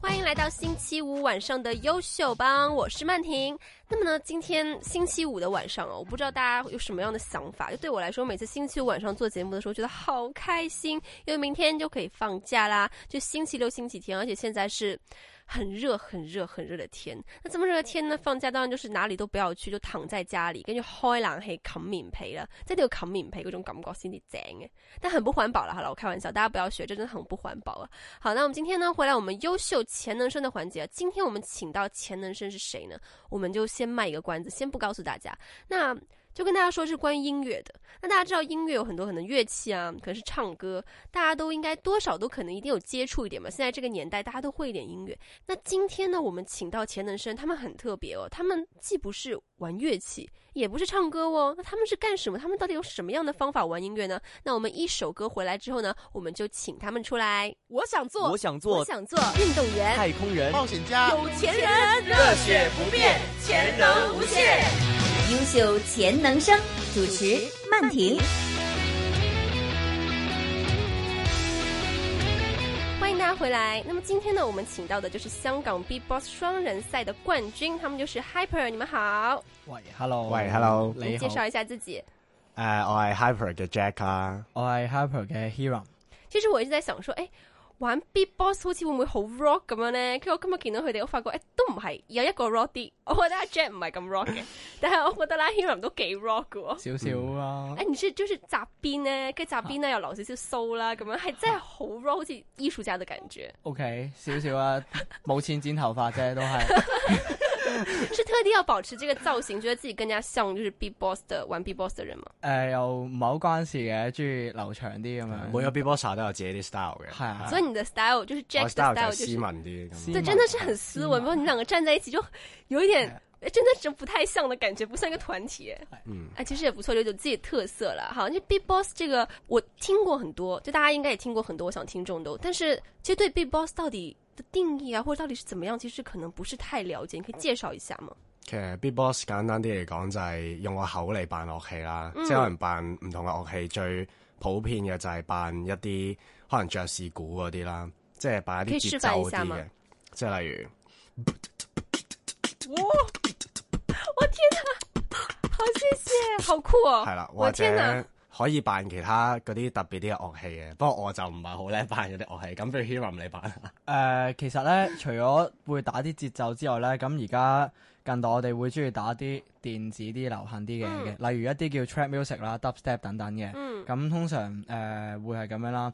欢迎来到星期五晚上的优秀帮，我是曼婷。那么呢，今天星期五的晚上啊，我不知道大家有什么样的想法。就对我来说，每次星期五晚上做节目的时候，觉得好开心，因为明天就可以放假啦，就星期六、星期天，而且现在是很热、很热、很热的天。那这么热的天呢，放假当然就是哪里都不要去，就躺在家里，跟住开冷气、冚棉被啦，真係要冚棉被嗰種感覺先至正嘅。但很不環保啦，好了，我開玩笑，大家不要學，这真的很不環保啊。好，那我們今天呢，回來我們優秀潛能生的環節，今天我們請到潛能生是誰呢？我们就先卖一个关子，先不告诉大家。那就跟大家说是关于音乐的。那大家知道音乐有很多可能乐器啊，可能是唱歌，大家都应该多少都可能一定有接触一点嘛。现在这个年代，大家都会一点音乐。那今天呢，我们请到潜能生，他们很特别哦，他们既不是玩乐器，也不是唱歌哦，那他们是干什么？他们到底有什么样的方法玩音乐呢？那我们一首歌回来之后呢，我们就请他们出来。我想做，我想做我想做运动员、太空人，冒险家，有钱人，热血不变，潜能无限。优秀潜能生主持曼婷。欢迎大家回来。那么今天呢，我们请到的就是香港 B-box 双人赛的冠军，他们就是 Hyper。你们好，喂，hello，喂，hello 你介，好绍一下自己。诶，我係 Hyper 嘅 Jack 啊，我係 Hyper 嘅 Hero，其實我一直在想說，誒、玩 B-box 好似會唔會好 rock 咁樣呢？跟住我今日見到佢哋，我發覺誒、都唔係有一個 rock 啲，我覺得阿 Jack 唔係咁 rock 嘅， 但係我覺得啦 Hiram 都幾 rock 嘅喎。少少啊啦誒、，嗯唔知就是扎邊呢，跟住扎邊呢又留少少須啦，咁樣係真係好 rock，好似藝術家嘅感覺。 OK，少少啊，冇錢剪頭髮啫，都 係是特地要保持這個造型，覺得自己更加像就是 B-box 的玩 B-box 的人嘛。誒又唔係好關事嘅，中意留長啲咁樣，每個 beatboxer 都有自己啲 style 嘅，係啊所以你的 style 就是我 Jack 的 style 就哦 style 係就斯是，文啲咁。对，真的是很斯文。不过你们两个站在一起就有一点，呃真的是不太像的感觉，不像一个团体。嗯，哎，其实也不错，有点自己特色了。好，那 Big Boss 这个我听过很多，就大家应该也听过很多，我想听众都。但是其实对 Big Boss 到底的定义啊，或者到底是怎么样，其实可能不是太了解。你可以介绍一下吗？其實 beatbox 簡單啲嚟講就係用個口嚟扮樂器啦，嗯即係可能扮唔同嘅樂器，最普遍嘅就係扮一啲可能爵士鼓嗰啲啦，即係扮一可以啲示節範一奏下啲嗎嘅，即係例如哇，我天哪！好，谢谢，好酷哦！係啦，我或天哪者！可以扮其他嗰啲特別啲嘅樂器嘅，不過我就唔係好叻扮嗰啲樂器，咁不如 Hiram 你扮啊啦。誒、其實咧，除咗會打啲節奏之外咧，咁而家近代我哋會中意打啲電子啲、流行啲嘅嗯嘢嘅，例如一啲叫 trap music 啦、dubstep 等等嘅。咁、通常誒、會係咁樣啦。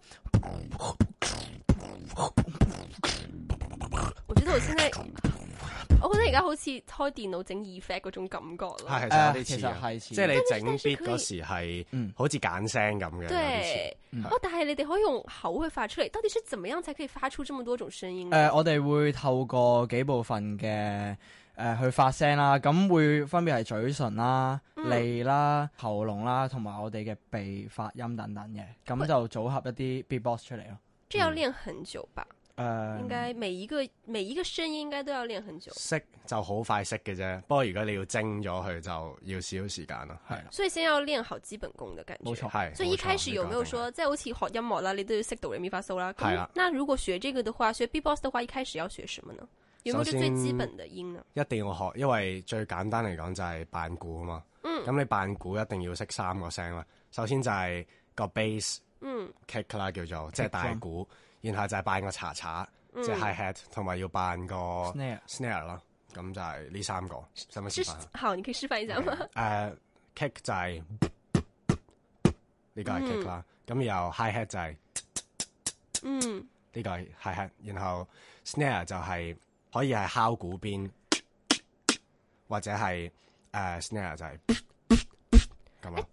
我覺得我現在，我覺得而家好似開電腦整 effect 嗰種感覺咯。係，其實有啲其似實嘅，係似即係你但整是 beat 可以嗰時係嗯好似揀聲咁嘅，有啲似對，哦，但係你哋可以用口去發出嚟，到底是怎麼樣才可以發出這麼多種聲音誒、呢？呃我哋會透過幾部分嘅誒、去發聲啦，咁會分別係嘴唇啦、嗯脷啦、喉嚨啦，同埋我哋嘅鼻發音等等嘅，咁就組合一啲 beatbox 出嚟咯。呃這要練很久吧？誒、應該每一個每一個聲音應該都要練很久，識就好快識嘅啫。不過如果你要精咗佢，就要少少時間咯。係啦，所以先要練好基本功的感冇覺。錯。係。所以一開始有沒有說？說，即係好似學音樂啦，你都要識哆來咪發嗦啦。係咁啦那如果學這個的話，學 B-box 的話，一開始要學什麼呢？有沒有首就先最基本的音呢？一定要學，因為最簡單嚟講就係扮鼓啊嘛。嗯咁你扮鼓一定要識三個聲啦。首先就係個 bass 嗯 kick 啦，叫做即係 kick 大鼓，然後就係扮個查查，嗯即係 hi hat，同埋要扮個 Snare snare 咯。咁就係呢三個，使是唔使示範啊？好，你可以示範一下 嗎？誒呃 kick 就係呢個係 kick 啦，咁然後 hi hat 就係嗯，呢個係 hi hat，然後 snare 就係可以係敲鼓邊，或者係誒 snare 就係咁啊咯。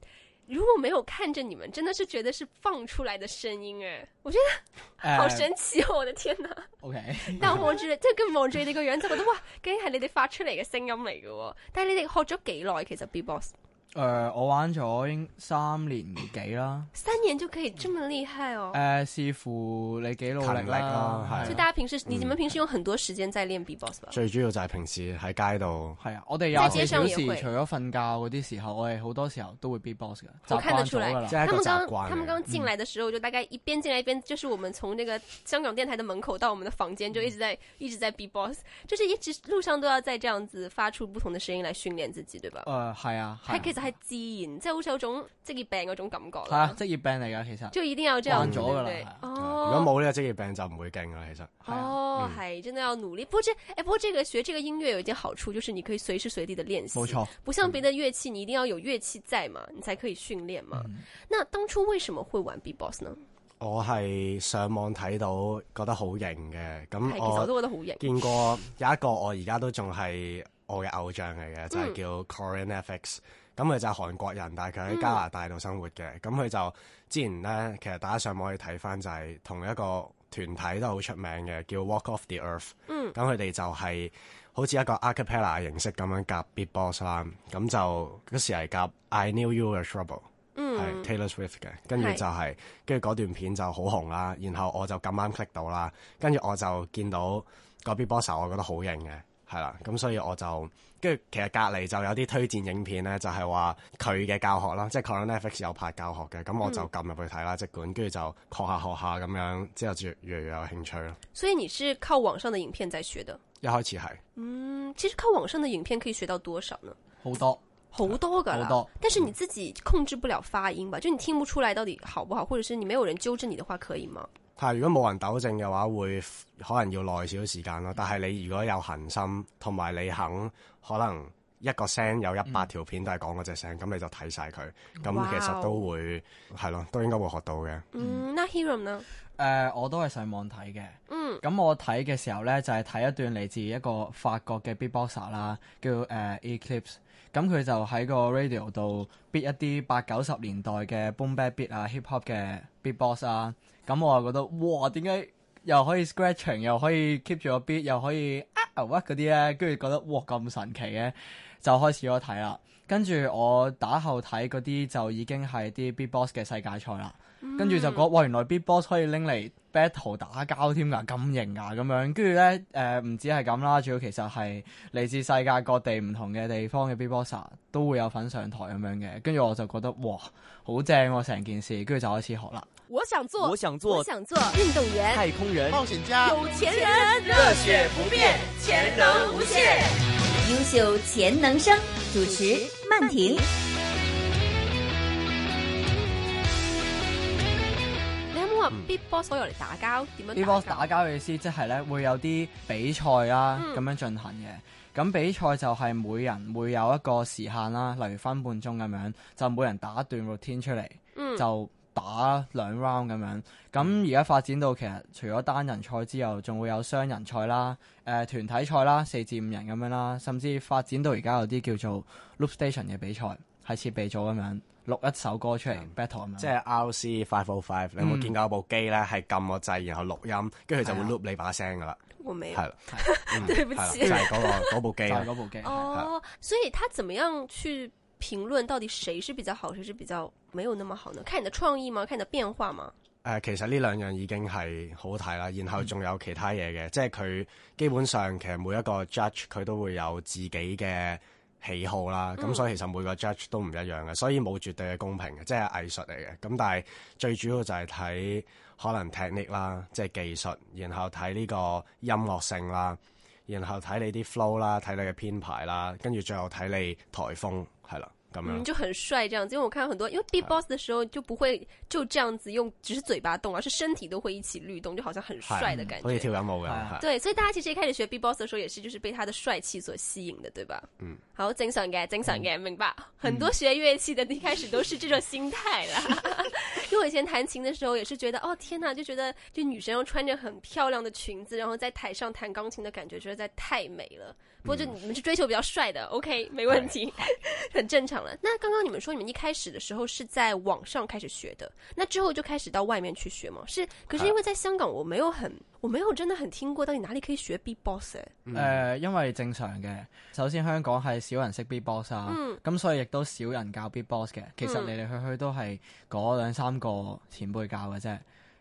如果沒有看着你們，真的是覺得是放出來的聲音哎，我覺得呃哎好神奇哦！我的天哪！O K，但 我望住你，即係跟望住你哋個樣，就覺得哇，竟然係你哋發出嚟嘅聲音嚟嘅喎。但係你哋學咗幾耐其實 B-box？誒、呃我玩咗應三年幾啦。三年就可以这么厉害哦誒、！視乎你幾努力啊勤力啦啊係係所以就大家平时你们平时用很多时间在练 B-box 嗯吧？最主要就係平時喺街度，係啊，我哋在廿街四上小也時會除咗瞓覺嗰啲時候，我哋好多時候都會 beatbox 嘅，我習看得慣出咗來㗎即啦。係他一個们習刚慣他嚟们嘅。刚进来的时候，就大概一边进来一边，就是我们从那个香港电台的门口到我们的房间，就一直嗯在一直在 B-box，就是一直路上都要在这样子发出不同的声音来训练自己，对吧？誒係啊，係係啊其實係自然，即係好似有種職業病嗰種感覺係啊啦，，職業病嚟㗎，其實就一定要這樣慣子，咗對不㗎啦對係啊？呃如哦。果冇呢個職業病就唔會勁啦，其實。係啊，哦，嗯係真的要努力。不過這，哎，不過這個學這個音樂有一件好處，就是你可以隨時隨地的練習。冇錯。不像別的樂器，你一定要有樂器在嘛，你才可以訓練嘛。那當初為什麼會玩 B-box 呢？我係上網睇到覺得好型嘅，係，咁其實我我都覺得好型。見過有一個我而家都仲係我嘅偶像嚟嘅，就係、叫 Corin FX。咁佢就係韓國人，但係佢喺加拿大度生活嘅。咁佢、就之前咧，其實大家上網去睇翻，就係同一個團體都好出名嘅，叫 Walk Off the Earth。嗯咁佢哋就係、好似一個 acapella 形式咁樣夾 beatbox 啦，咁就嗰時係夾 I Knew You Were Trouble。係嗯， Taylor Swift 嘅，跟住係就係、跟住嗰段片就好紅啦，然後我就咁啱 click 到啦，跟住我就見到個 b b o x 我覺得好型嘅，係啦，咁所以我就跟住其實隔離就有啲推薦影片咧，就係話佢嘅教學啦，即係 c o r o n a f i x 有拍教學嘅，咁我就撳入去睇啦，即管跟住就學下學下咁樣，之後就越嚟越有興趣咯。所以你是靠網上的影片在學的。一開始係嗯，其實靠網上的影片可以學到多少呢？好多好多噶啦好多，但是你自己控制不了发音吧？就你听不出来到底好不好，或者是你没有人纠正你的话，可以吗？但係如果冇人糾正嘅話，會 f- 可能要耐少少時間嗯咯。但係你如果有恒心，同埋你肯，可能一個聲有一百條片都係講嗰隻聲，咁、你就睇晒佢。嗯哇哦咁其實都會係咯，都應該會學到嘅。嗯，那 Hero 呢？誒、我都係上網睇嘅。嗯，咁我睇嘅時候呢，就係、睇一段嚟自一個法國嘅 beatboxer 啦，叫誒、呃 Eclipse。咁佢就喺個 radio 度 beat 一啲八九十年代嘅 boom bap beat 啊、hip hop 嘅 beatbox 啊。咁我就覺得哇，點解又可以 scratching，又可以 keep 住個 beat，又可以啊啊哇嗰啲呢？跟住覺得哇咁神奇嘅，就開始咗睇啦。跟住我打後睇嗰啲就已經係啲 beatbox 嘅世界賽啦。跟住就講，哇！原來 beatbox 可以拎嚟 battle 打交添㗎，咁型㗎咁樣。跟住咧，誒、唔止係咁啦，仲要其實係嚟自世界各地唔同嘅地方嘅 beatboxer 都會有份上台咁樣嘅。跟住我就覺得，哇，好正喎、成件事，跟住就開始學啦。我想做我想做想做运动员，太空人，冒险家，有钱人。热血不变，潜能无限。优秀潜能生主持曼婷。你有冇嗯話 beatbox 可以嚟打交？點樣交 beatbox 打交嘅意思即係咧會有啲比賽啦嗯咁樣進行嘅。咁比賽就係每人會有一個時限啦，例如分半鐘咁樣，就每人打一段 routine 出嚟。嗯，就打兩 round 咁樣。咁而家發展到其實除咗單人賽之後，仲會有雙人賽啦、誒、團體賽啦、四至五人咁樣啦，甚至發展到而家有啲叫做 loop station 嘅比賽，係設備組咁樣錄一首歌出嚟 battle 咁樣。嗯即係 RC Five O Five，你有冇嗯見過有部機咧係撳個掣，然後錄音，跟住佢就係會啊 loop 你把聲噶啦，我沒有 係。啦，嗯對不係啦起就係嗰個嗰部機 就係啦。嗰部機。哦，所以他怎麼樣去評論到底誰是比較好，誰是比較沒有那麼好呢？看你的創意嗎？看你的變化嗎？誒、呃其實呢兩樣已經係好睇啦，然後嗯仲有其他嘢嘅，即係佢基本上其實每一個 judge 佢都會有自己嘅喜好啦，咁、嗯所以其實每個 judge 都唔一樣嘅，所以冇絕對嘅公平嘅，即係藝術嚟嘅。咁但係最主要就係睇可能 technique 啦，即係技術，然後睇呢個音樂性啦，然後睇你啲 flow 啦，睇你嘅編排啦，跟住最後睇你台風係啦，咁樣。嗯，就很帥这樣子。因為我看到很多，因為 B-box 的時候就不會就這樣子用，只是嘴巴動，而是身體都會一起律動，就好像很帥的感啊好似覺。跳緊舞咁，係啊係對，所以大家其實一開始學 B-box 的時候，也是就是被他的帥氣所吸引的，對吧？嗯，好正常嘅，正常嘅，明白。很多學樂器的一開始都是這種心態啦。因为我以前弹琴的时候也是觉得，哦天呐，就觉得就女生穿着很漂亮的裙子，然后在台上弹钢琴的感觉，实在太美了。不过就你们是追求比较帅的，OK，没问题，很正常了。那刚刚你们说你们一开始的时候是在网上开始学的，那之后就开始到外面去学吗？是，可是因为在香港我没有很，我没有真的很听过到底哪里可以学 B-box 哎、誒、呃因為正常嘅，首先香港係少人識 B-box 啊，咁、所以亦都少人教 B-box 嘅。其實嗯嚟嚟去去都係嗰兩三個前輩教嘅啫。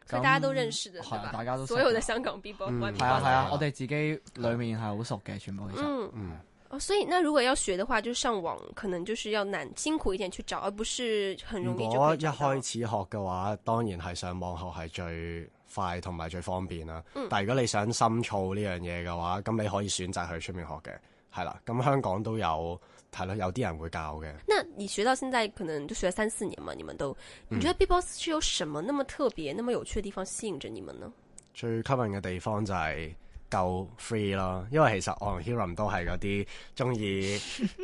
所以咁大家都認識的，係對吧？大家都所有的係香港 B-box 嗯外面係啊係啊係啊，我哋自己裡面係好熟嘅，全部其實。嗯嗯哦，所以那如果要學的話，就上網可能就是要難辛苦一點去找，而不是很如容易就可果以一找到開始學嘅話，當然係上網學係最快同埋最方便啦。嗯但係如果你想深造呢樣嘢嘅話，咁你可以選擇去出面學嘅，係啦。咁香港都有係咯，有啲人會教嘅。那你學到現在可能就學了三四年嘛，你們都，你覺得 B-box 是有什麼那麼特別、那麼有趣的地方吸引着你們呢？最吸引嘅地方就係夠 free 咯，因為其實我同 Hiram 都係嗰啲中 意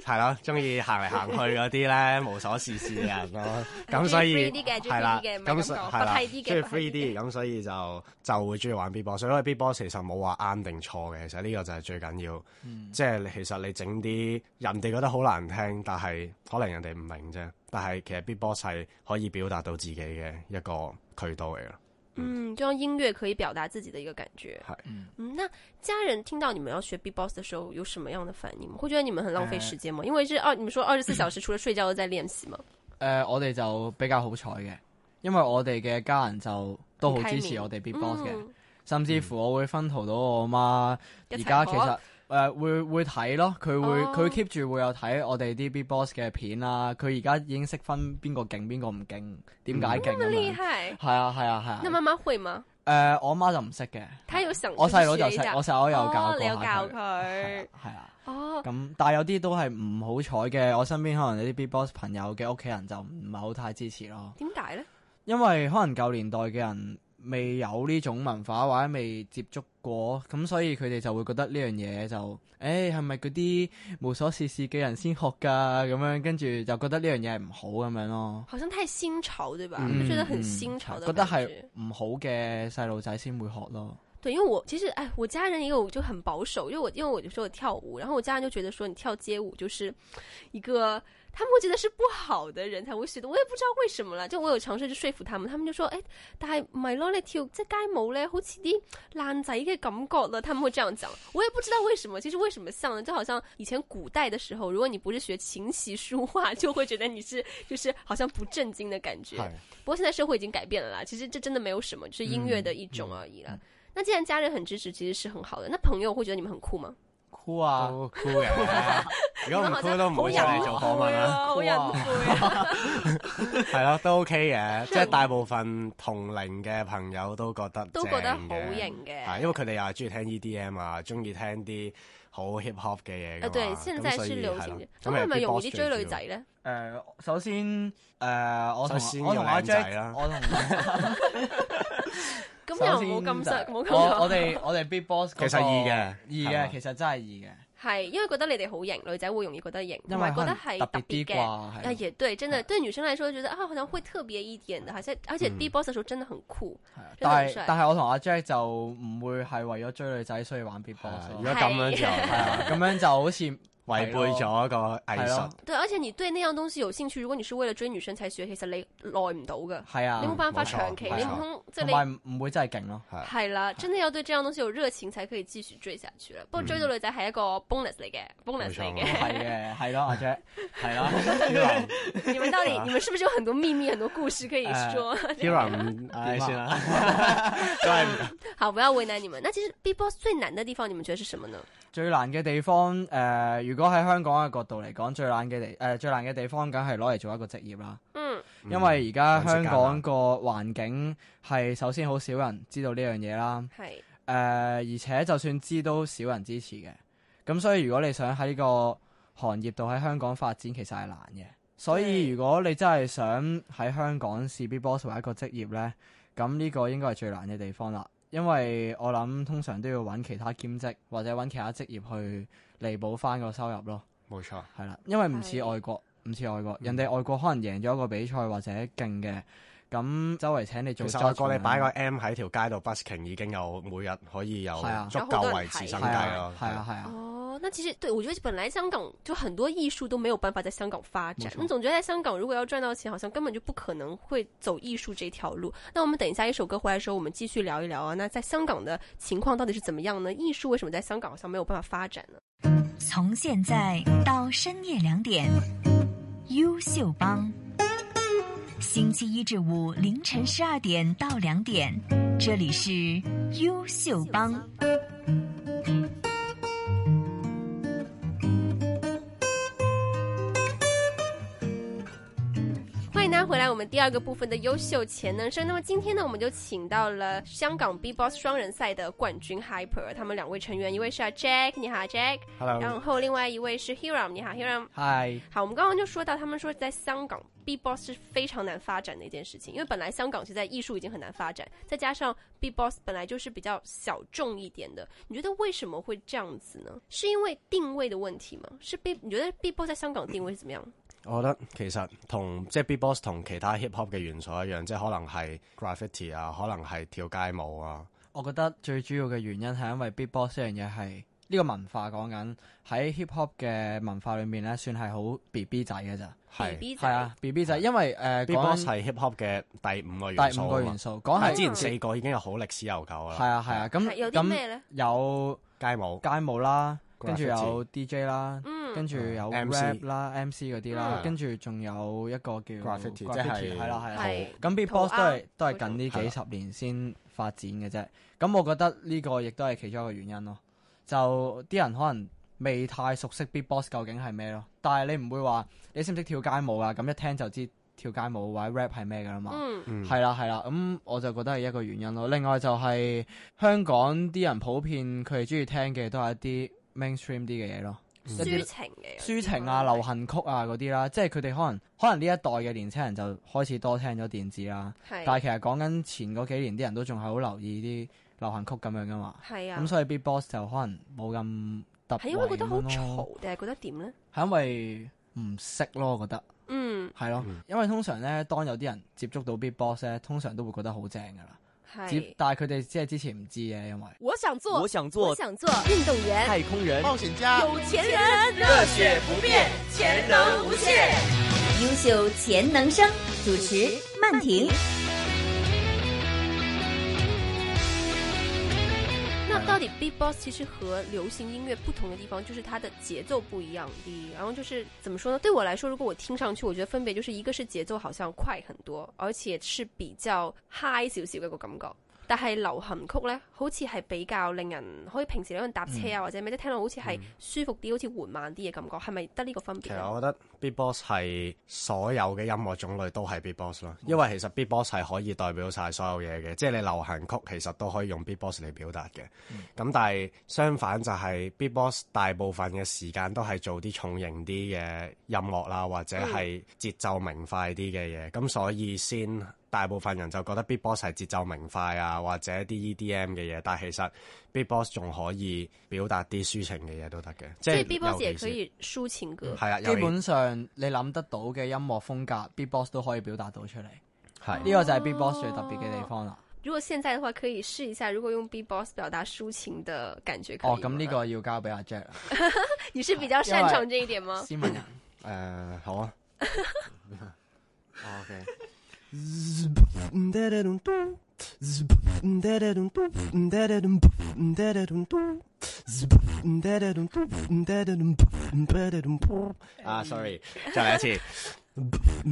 係咯，中意行嚟行去嗰啲咧無所事事嘅 人咯。咁所以中意 free 啲嘅係啦，中意 free 啲嘅唔係咁咁所講係啦，不係啲嘅中意不係啲 free 啲，咁所以就就會中意玩 B-box。所以 B-box 其實冇話啱定錯嘅，其實呢個就係最緊要。嗯即係你其實你整啲人哋覺得好難聽，但係可能人哋唔明啫。但係其實 B-box 係可以表達到自己嘅一個渠道嚟咯。嗯，就讓音樂可以表達自己的一個感覺。係嗯，那家人聽到你們要學 B-box 的時候有什麼樣的反應嗎？會覺得你們很浪費時間嗎？因為是二，你們說二十四小時除了睡覺都在練 習嘛。誒、呃我哋就比較好彩嘅，因為我哋嘅家人就都好支好開持明我哋 B-box 嘅，嗯甚至乎我會分圖到我媽一齊而家其學實誒、呃會會睇咯，佢會哦佢 keep 住會有睇我哋啲 B-box 嘅片啦，佢而家已經識分邊個勁邊個唔勁，點解勁那咁麼厲樣。嗯害，係啊係啊係啊。那媽媽會嗎？誒、我媽就唔識嘅，哦她有想我細佬就就是學識一，下我細佬有教哦過你有下教佢，係佢啊係啊。哦。咁但係有啲都係唔好彩嘅，我身邊可能有啲 B-box 朋友嘅屋企人就唔係好太支持咯，點解呢？因為可能舊年代嘅人未有呢種文化或者未接觸過，咁所以佢哋就會覺得呢樣嘢就，誒係咪嗰啲無所事事嘅人先學㗎咁樣，跟住就覺得呢樣嘢係唔好咁樣咯。好像太新潮，對吧？嗯就覺得很新潮的覺得感係唔好嘅細路仔先會學咯。对，因为我其实哎，我家人也有就很保守，因为我因为我有时候跳舞，然后我家人就觉得说你跳街舞就是一个他们会觉得是不好的人才会学的，我也不知道为什么啦。就我有尝试去说服他们，他们就说哎，但系唔系咯，你跳即系街舞咧，好似啲烂仔嘅感觉了。他们会这样讲，我也不知道为什么。其实为什么像呢？就好像以前古代的时候，如果你不是学琴棋书画，就会觉得你是就是好像不正经的感觉。係。不过现在社会已经改变了啦，其实这真的没有什么，就是音嗯乐的一种而已啦。那既然家人很支持，其实是很好的。那朋友会觉得你们很酷吗？酷啊！都酷哦嘅，如果唔酷都唔好會上嚟隱做訪 問晦啦，啊，好酷啊隱晦啊。係咯，都 OK 嘅，即係大部分同齡嘅朋友都覺得 都覺得正好嘅型嘅啊係因為佢哋又係中意聽 EDM 啊，中意聽啲好 hip hop 嘅嘢㗎啊，嘛對，現在是流行嘅。咁係咪容易啲追女仔？咧？誒、首先誒、我同首先我同要阿靚仔 Jack，啦我同咁首又先冇咁就想，冇咁我我想。哋我哋 Big Boss 嗰個其實易嘅易係嘛嘅，其實真係易嘅， 係因為覺得你哋好型，女仔會容易覺得型，同因埋覺為可得能係特特別別啲嘅。啩，啊，係也對，真的對女生來說，覺得啊，好像會特別一點的，而且而且嗯 B-box 的時候真的很酷，真的很但啊係帥。但係我同阿 Jack 就唔會係為咗追女仔所以玩 Big 係啊 Boss 如咯，果咁樣 係就啊咁樣就好似違背咗個藝係術咯，，對，而且你對那樣東西有興趣，如果你是為了追女生才學，其實你耐唔到嘅。係啊你，冇辦法冇錯長期，冇你唔錯通即係同你埋唔唔會真係勁咯，係係啦，真係要對這樣東西有熱情才可以繼續追下去啦。不過追嗯到女仔係一個 bonus 嚟嘅，bonus 冇錯嚟冇係嘅。嘅，係咯，阿 Jack，係啦。 你們到底你們是不是有很多秘密、很多故事可以說？呃 Hiram 唉點算啦， 都係唔 好，不要為難你們。那其實 B-box 最難的地方，你們覺得是什麼呢？最難嘅地方，誒、如果喺香港嘅角度嚟講，最難嘅地誒、最難嘅地方，梗係攞嚟做一個職業啦。嗯，因為而家香港揾個環境係首先好少人知道呢樣嘢啦，誒、係呃而且就算知都少人支持嘅。咁所以如果你想喺呢個行業度喺香港發展，其實係難嘅。所嗯以如果你真係想喺香港試 B-box 為一個職業呢，咁呢個應該係最難嘅地方啦。因為我諗通常都要揾其他兼職或者揾其他職業去彌補翻個收入咯。 冇錯，係啦，因為唔似係外國，唔似外國，人哋外國可能贏咗一個比賽或者勁嘅，咁周圍請你其做 judge 咁樣，實外國你擺個 M 喺條街度 busking 已經有每日可以有係啊足夠維持生係計啊咯，，嗯係啊，係啊。哦，那其实对我觉得本来香港就很多艺术都没有办法在香港发展没，错你总觉得在香港如果要赚到钱，好像根本就不可能会走艺术这条路。那我们等一下一首歌回来的时候，我们继续聊一聊啊。那在香港的情况到底是怎么样呢？艺术为什么在香港好像没有办法发展呢？从现在到深夜两点，优秀帮。星期一至五凌晨十二点到两点，这里是优秀帮。欢迎大家回来，我们第二个部分的优秀潜能生。那么今天呢，我们就请到了香港 B-box 双人赛的冠军 Hyper，他们两位成员，一位是阿 Jack，你好阿 Jack，然啊 Hello，后另外一位是 Hiram，你好 Hiram。係好，我们刚刚就说到，他们说在香港 B-box 是非常难发展的一件事情，因为本来香港其实在艺术已经很难发展，再加上 B-box 本来就是比较小众一点的，你觉得为什么会这样子呢？是因为定位的问题吗？是 B 你觉得 B-box 在香港定位是怎么样？我覺得其實同即係 B-box 同其他 hip hop 嘅元素一樣，即係可能係 graffiti 啊，可能係跳街舞啊，我覺得最主要嘅原因係因為 beatbox 呢樣嘢係呢個文化講緊喺 hip hop 嘅文化裏面咧，算係好 B B 仔嘅咋。係 BB 仔係啊，B B 仔，因為誒 B-box 講係 hip hop 嘅第五緊個元第素五啊個嘛元，素，講但係係之前係四個已經有好歷史悠久啦，啊係啊，啊咁係有啲咩咁呢？有街舞街舞啦，跟住 Graffiti 有 D J 啦，嗯，跟住有 MC rap 啦、M C 嗰啲啦嗯，跟住仲有一個叫 Graffiti，即係嗯係啦嗯係啦。係啊咁 beatbox 塗鴉都係都係嗰種近呢幾十年先發展嘅啫。咁我覺得呢個亦都係其中一個原因咯。就啲人可能未太熟悉 beatbox 究竟係咩咯，但係你唔會話你識唔識跳街舞啊？咁一聽就知跳街舞或者 rap 係咩噶啦嘛。嗯，嗯係啦係啦，咁我就覺得係一個原因咯。另外就係香港啲人普遍佢哋中意聽嘅都係一啲 mainstream 啲嘅嘢咯，一抒啲情嘅有啲抒情啊、可能流行曲啊嗰啲啦，即係佢哋可能可能呢一代嘅年青人就開始多聽咗電子啦，係但係其實講緊前嗰幾年啲人都仲係好留意啲流行曲咁樣噶嘛，係啊，咁所以 beatbox 就可能冇咁特別係因為覺得好咁樣咯，嘈定係覺得點咧？係因為唔識咯，我覺得。嗯，係咯，因為通常咧，當有啲人接觸到 beatbox 咧，通常都會覺得好正㗎啦。只係。但係佢哋即係之前唔知嘅，因為我想做，我想我做想做运动员，太空人。冒险家，有钱人。热血不变，潜能无限。优秀潜能生，主持曼婷。那到底 B-box 其实和流行音乐不同的地方，就是它的节奏不一样的。然后就是怎么说呢？对我来说，如果我听上去，我觉得分别就是一个是节奏好像快很多，而且是比較 high 少少嘅一個感覺。但係流行曲呢，好似係比較令人可以平時可能搭車啊、或者咩，即係聽落好似係舒服啲，好似緩慢啲嘅感覺，係咪得呢個分別其實呢？我覺得 B-box 係所有嘅音樂種類都係 B-box 嗯咯，因為其實 B-box 係可以代表晒所有嘢嘅，即係你流行曲其實都可以用 B-box 嚟表達嘅。咁、嗯但係相反就係 B-box 大部分嘅時間都係做啲重型啲嘅音樂啦，或者嗯係節奏明快啲嘅嘢，咁、所以先。大部分人就覺得 B-box 係節奏明快啊，或者啲 EDM 嘅嘢，但係其實 B-box 仲可以表達啲抒情嘅嘢都得嘅，即所以係 B-box 也尤可其是以抒情歌。係啊，基尤其本上你諗得到嘅音樂風格，beatbox 都可以表達到出嚟。呢係個就係 beatbox 最特別嘅地方啦。如果現在的話，可以試一下，如果用 B-box 表達抒情的感覺可以哦，咁呢嗎個要交俾阿 Jack 啦你是比較擅長這一點嗎？斯 文人。誒、好啊。OK。啊，sorry，再嚟一次。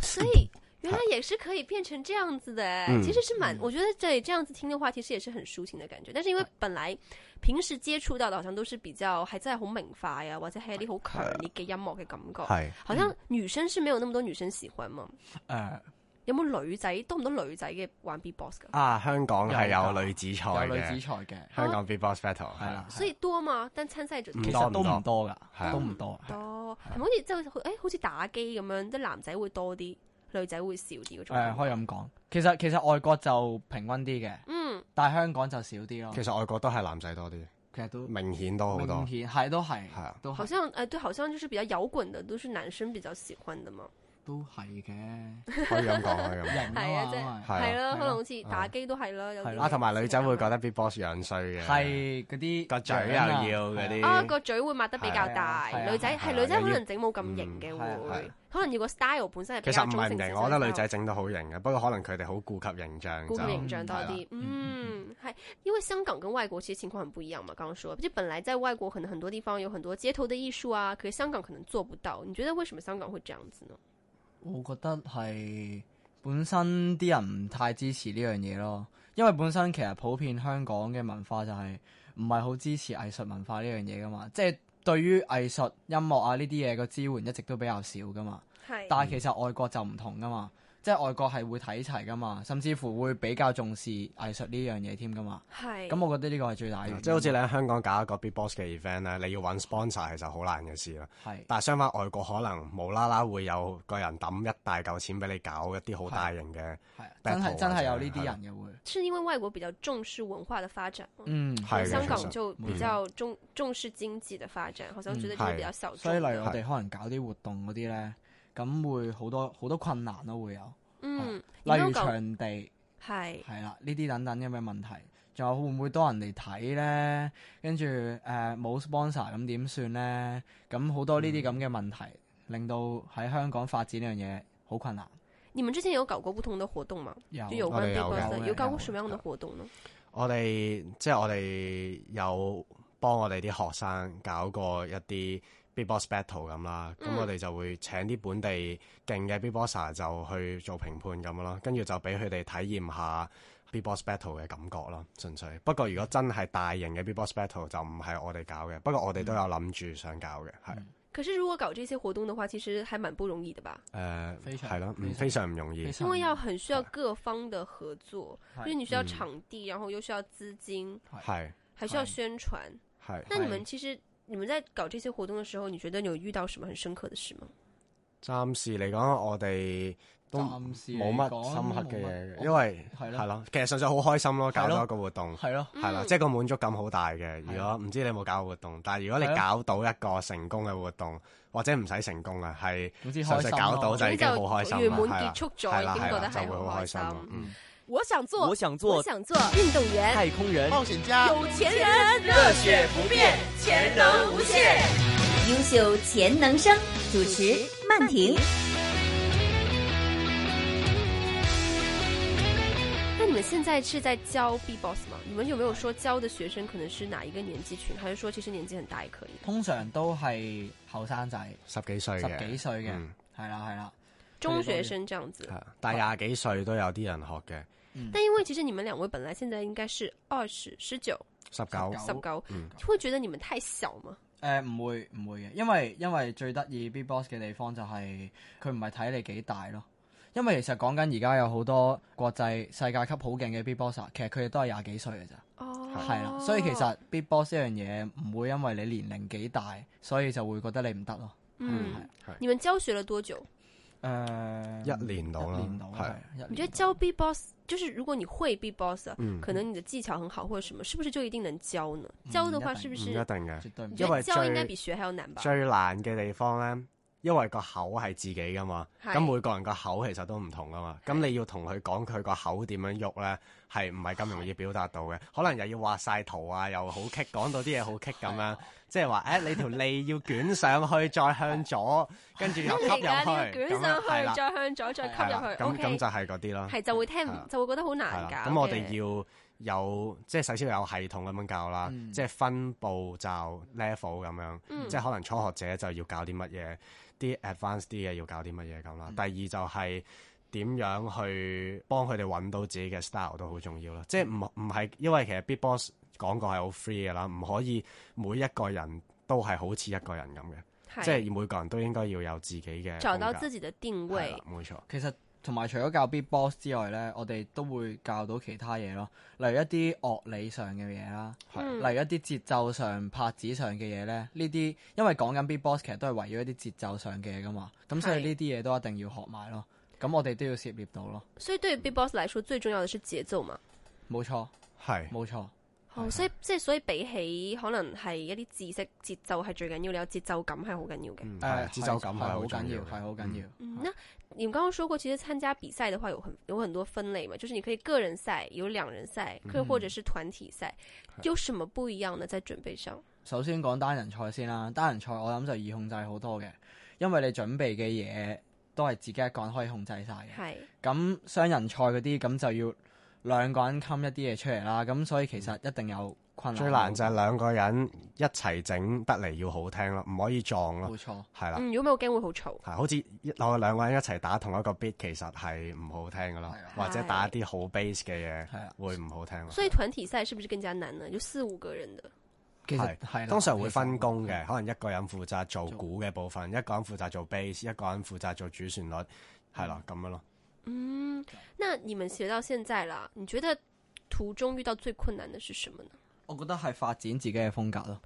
所以原来也是可以变成这样子的哎，嗯其实是蛮，我觉得对这样子听的话，其实也是很抒情的感觉。但是因为本来平时接触到的，好像都是比較係真係好明快啊，或者係一啲好強烈嘅音樂嘅感覺。係好嗯像女生是沒有那麼多女生喜歡嘛？誒有冇女仔多唔多女仔嘅玩 B-box 噶？啊，香港係有女子賽有女子嘅，賽嘅，香港 B-box battle 係啦，所以多嘛？但參賽者唔其多實都唔多係啊㗎，都唔多。多，係咪好似即係誒好似打機咁樣，即係男仔會多啲，女仔會少啲嗰種誒，感覺。可以咁講。其實其實外國就平均啲嘅，嗯，但係香港就少啲咯。其實外國都係男仔多啲，其實都明顯多好多明。顯係都係係啊，都哦係好像哎，对，好像就是比较摇滚的都是男生比较喜欢的嘛。都係嘅，可以咁講，可以咁講。型係啊即係啊嘛，係啊係咯，係可能咯好似打機都係啦，有係啲咯啊，同埋女仔會覺得 Beatbox 樣衰嘅，係嗰啲個嘴又樣啊要嗰啲啊個嘴會擘得比較大係啊係，啊女仔係啊係女仔又要可能整冇咁型嘅嗯係啊係會啊，可能要個 style 本身係比其較實唔中係性唔少型，少我覺得女 style 仔整得好型嘅，不過可能佢哋好顧及形象就顾及形象嗯多係啲啦，嗯，还因为香港跟外国其实情况很不一样嘛。刚刚说，就本来在外国可能很多地方有很多街头的艺术啊，可是香港可能做不到。你觉得为什么香港会这样子呢？我覺得係本身啲人唔太支持呢樣嘢咯，因為本身其實普遍香港嘅文化就係唔係好支持藝術文化呢樣嘢噶嘛，即係對於藝術、音樂啊呢啲嘢個支援一直都比較少噶嘛。嗯系但係其實外國就唔同噶嘛，即係外國係會睇齊噶嘛，甚至乎會比較重視藝術呢樣嘢添噶嘛。系咁我覺得呢個係最大嘅，嗯即係好似你喺香港搞一個 Beatbox 嘅 event 咧，你要揾 sponsor 其實好難嘅事啦。係但係相反外國可能無啦啦會有個人抌一大嚿錢俾你搞一啲好大型嘅，係真 battle 啊係真係有就係呢啲係人嘅會，是因为外国比较重视文化的发展嘛，嗯，係嘅香其港實就比较重重视经济的发展，好像觉得这个比较小众嗯所以例如我的。哋可能搞啲活動嗰啲咧，咁會好多好多困難咯，會有。嗯，你啊例如刚讲場地系係啦，呢啲等等咁嘅問題，仲有會唔會多人嚟睇咧？跟住誒冇 sponsor 咁點算咧？咁好多呢啲嗯咁嘅問題，令到喺香港發展呢樣嘢好困難。你们之前有搞过不同的活动吗？有就有我关哋 Big 有 Boss 嘅的，啊有有搞嘅过有什么样的嘅活动呢？我哋即係我哋有幫我哋啲學生搞過一啲 Beatbox battle 咁啦，咁、嗯我哋就會請啲本地勁嘅 Beatboxer 就去做評判咁咯，跟住就俾佢哋體驗下 Beatbox battle 嘅感覺咯，純粹。不過如果真係大型嘅 Beatbox battle 就唔係我哋搞嘅，不過我哋嗯都有諗住想搞嘅，係可是如果搞这些活动的话，其实还蛮不容易的吧？誒非常係咯，非嗯常非常唔容易非。因常为要很需要各方的合作，係就是你需要嗯场地，然后又需要资金，係还需要係宣传。係。那你们係其实你们在搞这些活动的时候，你觉得你有遇到什么很深刻的事吗？暫時嚟講，我哋都暫時嚟冇乜講深刻嘅冇嘢乜嘅，因為係咯係咯，其實純粹好開心咯，搞係咯啊咗一個活動，係咯，係啦，嗯即係個滿足感好大嘅。咯如果唔知你有冇搞過活動，但係如果你係咯搞到一個成功嘅活動，或者唔使成功啊，係總之純開粹心搞到咯就已經好開就心圆啦，满係啦結束咗，係已啦，經覺係得啦，就係會好好開心心啦。嗯，我想做，我想我做想做运动员、太空人。冒险家、有钱人。热血不变，潜能无限。优秀潜能生主持曼婷。那你们现在是在教 B boss 吗？你们有没有说教的学生可能是哪一个年纪群？还是说其实年纪很大也可以？通常都係後生仔，十幾歲十嘅，幾歲嘅嗯，係啦係啦，中学生这样子？係啦但係廿幾歲都有啲人學嘅，但因为其实你们两位本来现在应该是二十、十九、十九十十九嗯，会觉得你们太小吗？誒呃唔、會唔會嘅，因為因為最得意 B-box 嘅地方就係佢唔係睇你幾大咯，因為其實講緊而家有好多國際世界級好勁嘅 B-boxer，其實佢哋都係廿幾歲嘅咋，哦，係啦、所以其實 B-box 呢樣嘢唔會因為你年齡幾大，所以就會覺得你唔得咯。嗯，係你们教学了多久？誒、一年到啦一年到係係一年你觉得教 B boss 就是如果你会 B boss，、啊嗯可能你的技巧很好或者什么，是不是就一定能教呢？教的话嗯一定是不嗯唔一是定？嘅。絕對唔你觉得因得為教最应该比学还要难吧？最難嘅地方咧，因為個口係自己噶嘛，係咁每個人個口其實都唔同噶嘛，咁你要同佢講佢個口點樣喐咧，係唔係咁容易表達到嘅？可能又要畫晒圖啊，又好棘，講到啲嘢好棘咁啊樣，即係話誒你條脷要捲上去，再向左，跟住又吸入而去，家呢個啊捲咁樣係上去，啦再向左，再係啦吸入咁去咁，OK，就係嗰啲啦，係就會聽係啦，就會覺得好係難啦搞嘅。咁我哋要有即係首先要有系統咁樣教啦，嗯即係分步驟 level 咁樣。嗯即係可能初學者就要搞啲乜嘢，啲 advanced 啲嘅要搞啲乜嘢咁啦。第二就係點樣去幫佢哋揾到自己嘅 style 都好重要啦。即係唔唔係因為其實 beatbox 講過係好 free 嘅啦，唔可以每一個人都係好似一個人咁嘅，係即係每個人都應該要有自己嘅找到風格自己的定係位啦，冇錯。其實同埋除咗教 beatbox 之外咧，我哋都會教到其他嘢咯，例如一啲樂理上嘅嘢啦，嗯例如一啲節奏上、拍子上嘅嘢咧，呢啲因為講緊 beatbox 其實都係圍繞一啲節奏上嘅嘢噶嘛，咁所以係呢啲嘢都一定要學埋咯。咁我哋都要涉獵到咯，所以对于 B boss 来说，最重要的是节奏嘛。冇錯，係冇錯，哦，所以即係所以比起可能係一啲知識節奏係最緊要，你有節奏感係好緊要嘅。嗯誒係節奏感係係好好重緊要，要係嘅好緊要。嗯，那你们刚刚说过，其实参加比赛的话有很有很多分类嘛，就是你可以个人赛，有两人赛，可以或者是团体赛，有什么不一样呢？在准备上，首先講單人賽先啦，單人賽我諗就易控制好多嘅，因為你準備嘅嘢都係自己一個人可以控制晒嘅。系咁雙人賽嗰啲咁就要兩個人冚一啲嘢出嚟啦，咁所以其實一定有困難。最難就係兩個人一齊整得嚟要好聽咯，唔可以撞咯冇，錯，係啦，嗯，如果唔係我驚會好嘈，係好似一我兩個人一齊打同一個 beat，其實係唔好聽噶咯係啊，或者係打啲好 bass 嘅係啊嘢會唔好聽咯。所以團體賽是不是更加難呢？有四五個人的，其實係係啦通常其會實分工嘅，可能一個人負責做鼓嘅部分，一個人負責做 bass，一個人負責做主旋律，係啦咁樣咯。嗯，那你們學到現在啦，你覺得途中遇到最困難的是什麼呢？我覺得係發展自己嘅風格咯，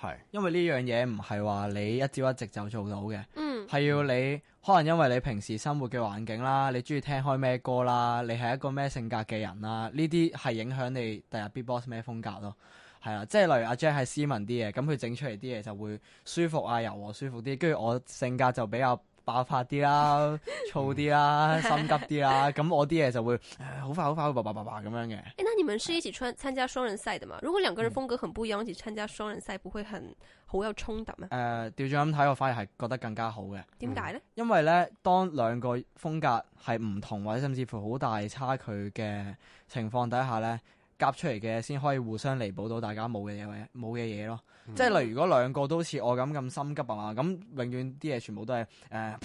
係因為呢樣嘢唔係話你一朝一夕就做到嘅，嗯，係要你可能因為你平時生活嘅環境啦，你中意聽開咩歌啦，你係一個咩性格嘅人啦，呢啲係影響你第日 Beatbox 咩風格咯。係啦，即係例如阿 Jack 係斯文啲嘅，咁佢整出嚟啲嘢就會舒服啊、柔和舒服啲，跟住我性格就比較爆發啲 啦、燥啲啦、心急啲啦，咁我啲嘢就會唉好快好快，叭叭叭叭咁樣嘅。哎，嗯那你們是一起穿參加雙人賽的嘛？如果兩個人風格很不一樣，一起參加雙人賽，不會很好有衝突咩？誒調轉咁睇，我反而係覺得更加好嘅，點解呢？因為咧，當兩個風格係唔同或者甚至乎好大差距嘅情況底下咧，夾出嚟嘅先可以互相彌補到大家冇嘅嘢冇嘅嘢咯。嗯即係例如，如果兩個都好似我咁咁心急啊嘛，咁永遠啲嘢全部都係誒。呃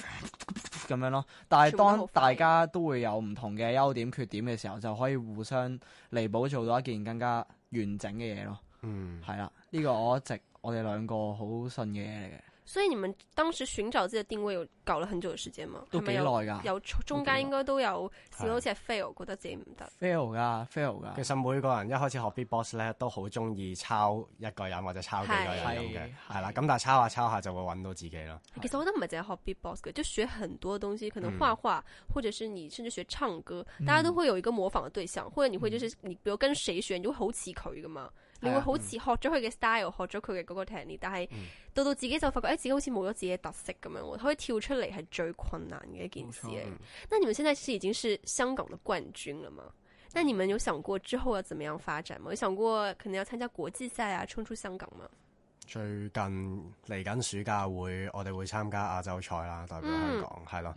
咁樣咯，但係全部都好當快大家都會有唔同嘅優點缺點嘅時候，就可以互相彌補，做到一件更加完整嘅嘢咯。嗯，係啦，呢、個我一直我哋兩個好信嘅嘢嚟嘅。所以你们当时寻找自己的定位有搞了很久的时间吗？都係咪幾耐有㗎有中中間應該都哎有試過好似係 fail，覺得自己唔得。 fail 噶，fail 噶其，實每個人一開始學 beatbox 咧，都好中意抄一個人或者抄幾個人係咁嘅，係係啦。咁但係抄下抄下就會揾到自己咯。其實我覺得唔係淨係學 beatbox 嘅，就學很多東西，可能畫畫，或者是你甚至學唱歌，大家都會有一個模仿嘅對象，或者你會就是你，比如跟誰學，你就會好似佢噶嘛，你會好似學咗佢嘅 style，學咗佢嘅嗰個 technique，但係到到自己就發哎覺，誒自己好似冇咗自己嘅特色咁樣喎，可以跳出嚟係最困難嘅一件事嚟。嗯那你們現在其實已經是香港的冠軍了嗎？那你們有想過之後要怎麼樣發展嗎？有想過可能要參加國際賽啊，衝出香港嗎？最近嚟緊暑假會，我哋會參加亞洲賽啦，代嗯表香港係咯。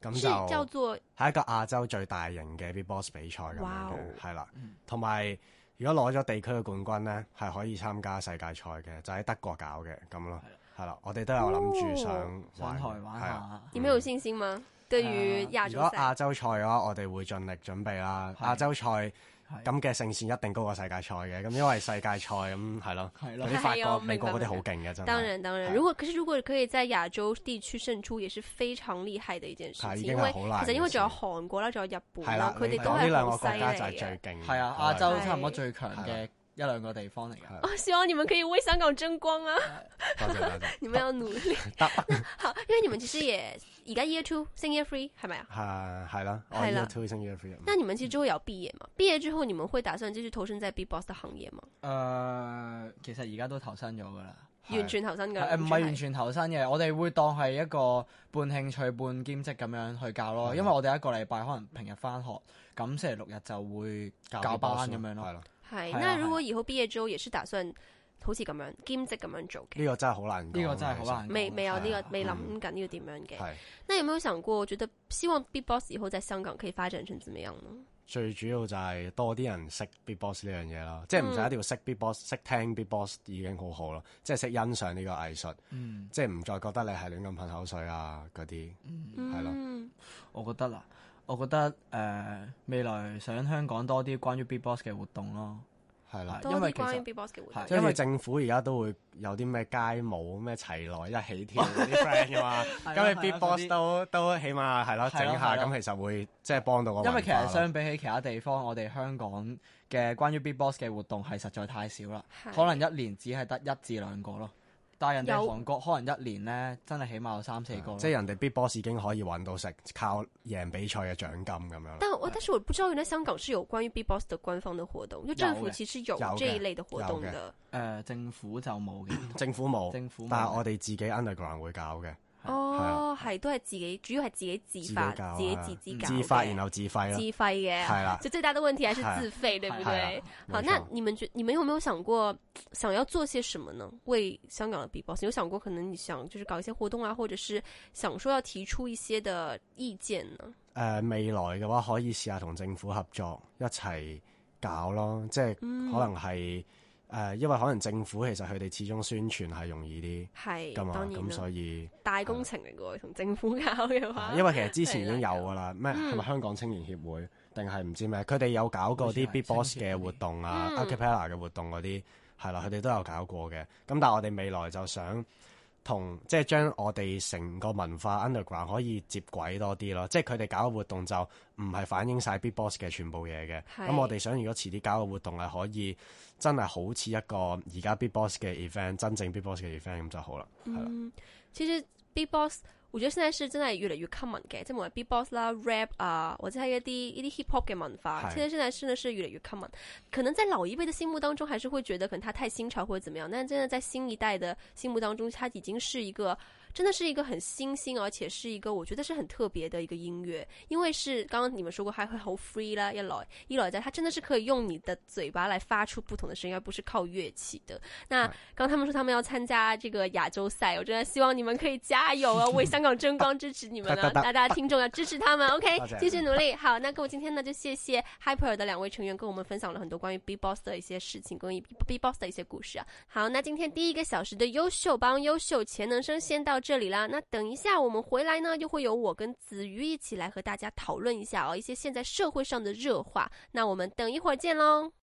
咁是叫就做係一個亞洲最大型嘅 beatbox 比賽咁樣哇哦嘅，係啦。嗯同埋如果攞咗地區嘅冠軍咧，係可以參加世界賽嘅，就喺德國搞嘅咁咯。係啦，我哋都有諗住想上玩哦台嘅玩係啊下。你們有信心嗎？對於亞如洲果賽亞，洲賽嘅話，我哋會盡力準備啦。係亞洲賽係咁嘅勝算一定高過世界賽嘅，咁因為世界賽咁係咯，係嗰咯啲法係啊我國、美國嗰明白啲好勁嘅真係。當然當然，係如果可是如果可以在亞洲地區勝出，也是非常厲害的一件事啊係已情，經因係為好難其實因嘅為事仲有韓國啦，仲有日本係啦啦，，佢哋你都講呢係兩好個犀國家就係利嘅最。勁。係啊，亞洲係差唔多最強嘅一兩個地方嚟㗎。我 希望你們可以為香港爭光啊！多謝多謝。你們要努 力。好，因為你們其實也而家 year two 升 year three 係咪啊？係係啦，我係啦 year two 升 year three 那你们其实之后也要毕业嘛？毕业之后你们会打算继续投身在 B-box 的行业吗？誒，其實而家都投身咗㗎啦。係完全投身噶，哎誒唔係完全投身嘅，我哋會當係一個半興趣半兼職咁樣去教咯。因為我哋一個禮拜可能平日翻學，咁星期六日就會哦教班咁樣係咯。咯，係。係啊那如果以後畢業之後也是打算好似咁樣兼職咁樣做嘅，呢個真係好難講。呢個真係好難講。未未有呢、係個啊未諗緊要點樣其嘅。實。係那有沒有想過，覺得希望 B-box 以後在香港可以發展成怎麼樣呢？最主要就係多啲人識 beatbox 呢樣嘢啦，即係唔使一定要識 beatbox，識聽 beatbox 已經好好咯，即係識欣賞呢個藝術，嗯，即係唔再覺得你係亂咁噴口水啊嗰啲。係咯嗯，我覺得啦，我覺得誒、未來想香港多啲關於 Beatbox 嘅活動咯。係啦，多因為啲其實關於 B-box 嘅活動係。即係因為政府而家都會有啲咩街舞咩齊來一起跳嗰啲 friend 噶嘛，咁你係啊 beatbox 都都起碼係咯係整咯下，係咯咁其實會即係幫到個因為文其化實咯相比起其他地方，我哋香港嘅關於 Beatbox 嘅活動係實在太少啦係，可能一年只係得一至兩個咯。但係人哋有韓國可能一年咧，真係起碼有三四個咯。嗯即係人哋 Beatbox 已經可以揾到食，靠贏比賽嘅獎金咁樣啦。但我但是我不知道，原来香港是有关于 B-box 的官方的活动，就政府有嘅其实有有嘅这一类的活动有的。誒政府就冇嘅，政府冇，政府冇但係我哋自己 underground 會搞嘅，哦，系都系自己，主要系自己自发自己搞、自己啊自己搞嘅，自發然後自費自呃啦。费嘅，係啦就最大的问题还是係自费，对不係对啦？好，冇錯那你们觉你们有没有想过想要做些什么呢？为香港的 B-box 有想过可能你想就是搞一些活动啊，或者是想说要提出一些的意见呢？誒、未來嘅話，可以試下同政府合作一齊搞咯，即係可嗯能係誒、因為可能政府其實佢哋始終宣傳係容易啲系，噶当嘛，然咁啦，所以、大工程嚟嘅喎，同政府搞嘅啊话，因為其實之前已經 係啦有噶啊啦，咩係咪香港青年協會定係唔知咩？佢哋有搞過好似啲係 beatbox 青協嗰嘅啲活動啊、嗯 a c a p e l l a 嘅活動嗰啲，係啦，佢哋都有搞過嘅。咁但係我哋未來就想同即係將我哋成個文化 underground 可以接軌多啲咯。即係佢哋搞嘅活動就唔係反映晒 beatbox 嘅全部嘢嘅。係咁我哋想如果遲啲搞嘅活動係可以真係好似一個而家 beatbox 嘅 event，真正 beatbox 嘅 event 咁就好啦。係啦，嗯，其實 B-box 我覺得現在是真係越嚟越 common 嘅，即係無論 B-box 啦、rap 啊，或者係一啲一啲 hip hop 嘅文化，係其實現在真的是越嚟越 common。可能在老一輩的心目當中，還是會覺得可能它太新潮或者怎麼樣，但真的在新一代的心目當中，它已經是一個真的是一個很新興，而且是一個我覺得是很特別的一個音樂，因為是剛剛你們說過，它會好 free 啦，一來一來在它真的是可以用你的嘴巴來發出不同的聲音，而不是靠樂器的。那刚他們說他們要參加這個亞洲賽，我真的希望你們可以加油 啊，為香港爭光，支持你們啊！得得大得家聽眾要支持他們，OK，多謝繼續努力。好，那跟我今天呢就謝謝 Hyper 的两位成員跟我們分享了很多關於 B-box 的一些事情，跟 B-box 的一些故事啊。好，那今天第一个小时的优秀帮优秀潜能生先到这里啦。那等一下我们回来呢，又会有我跟子瑜一起来和大家讨论一下哦，一些现在社会上的热话。那我们等一会儿见喽。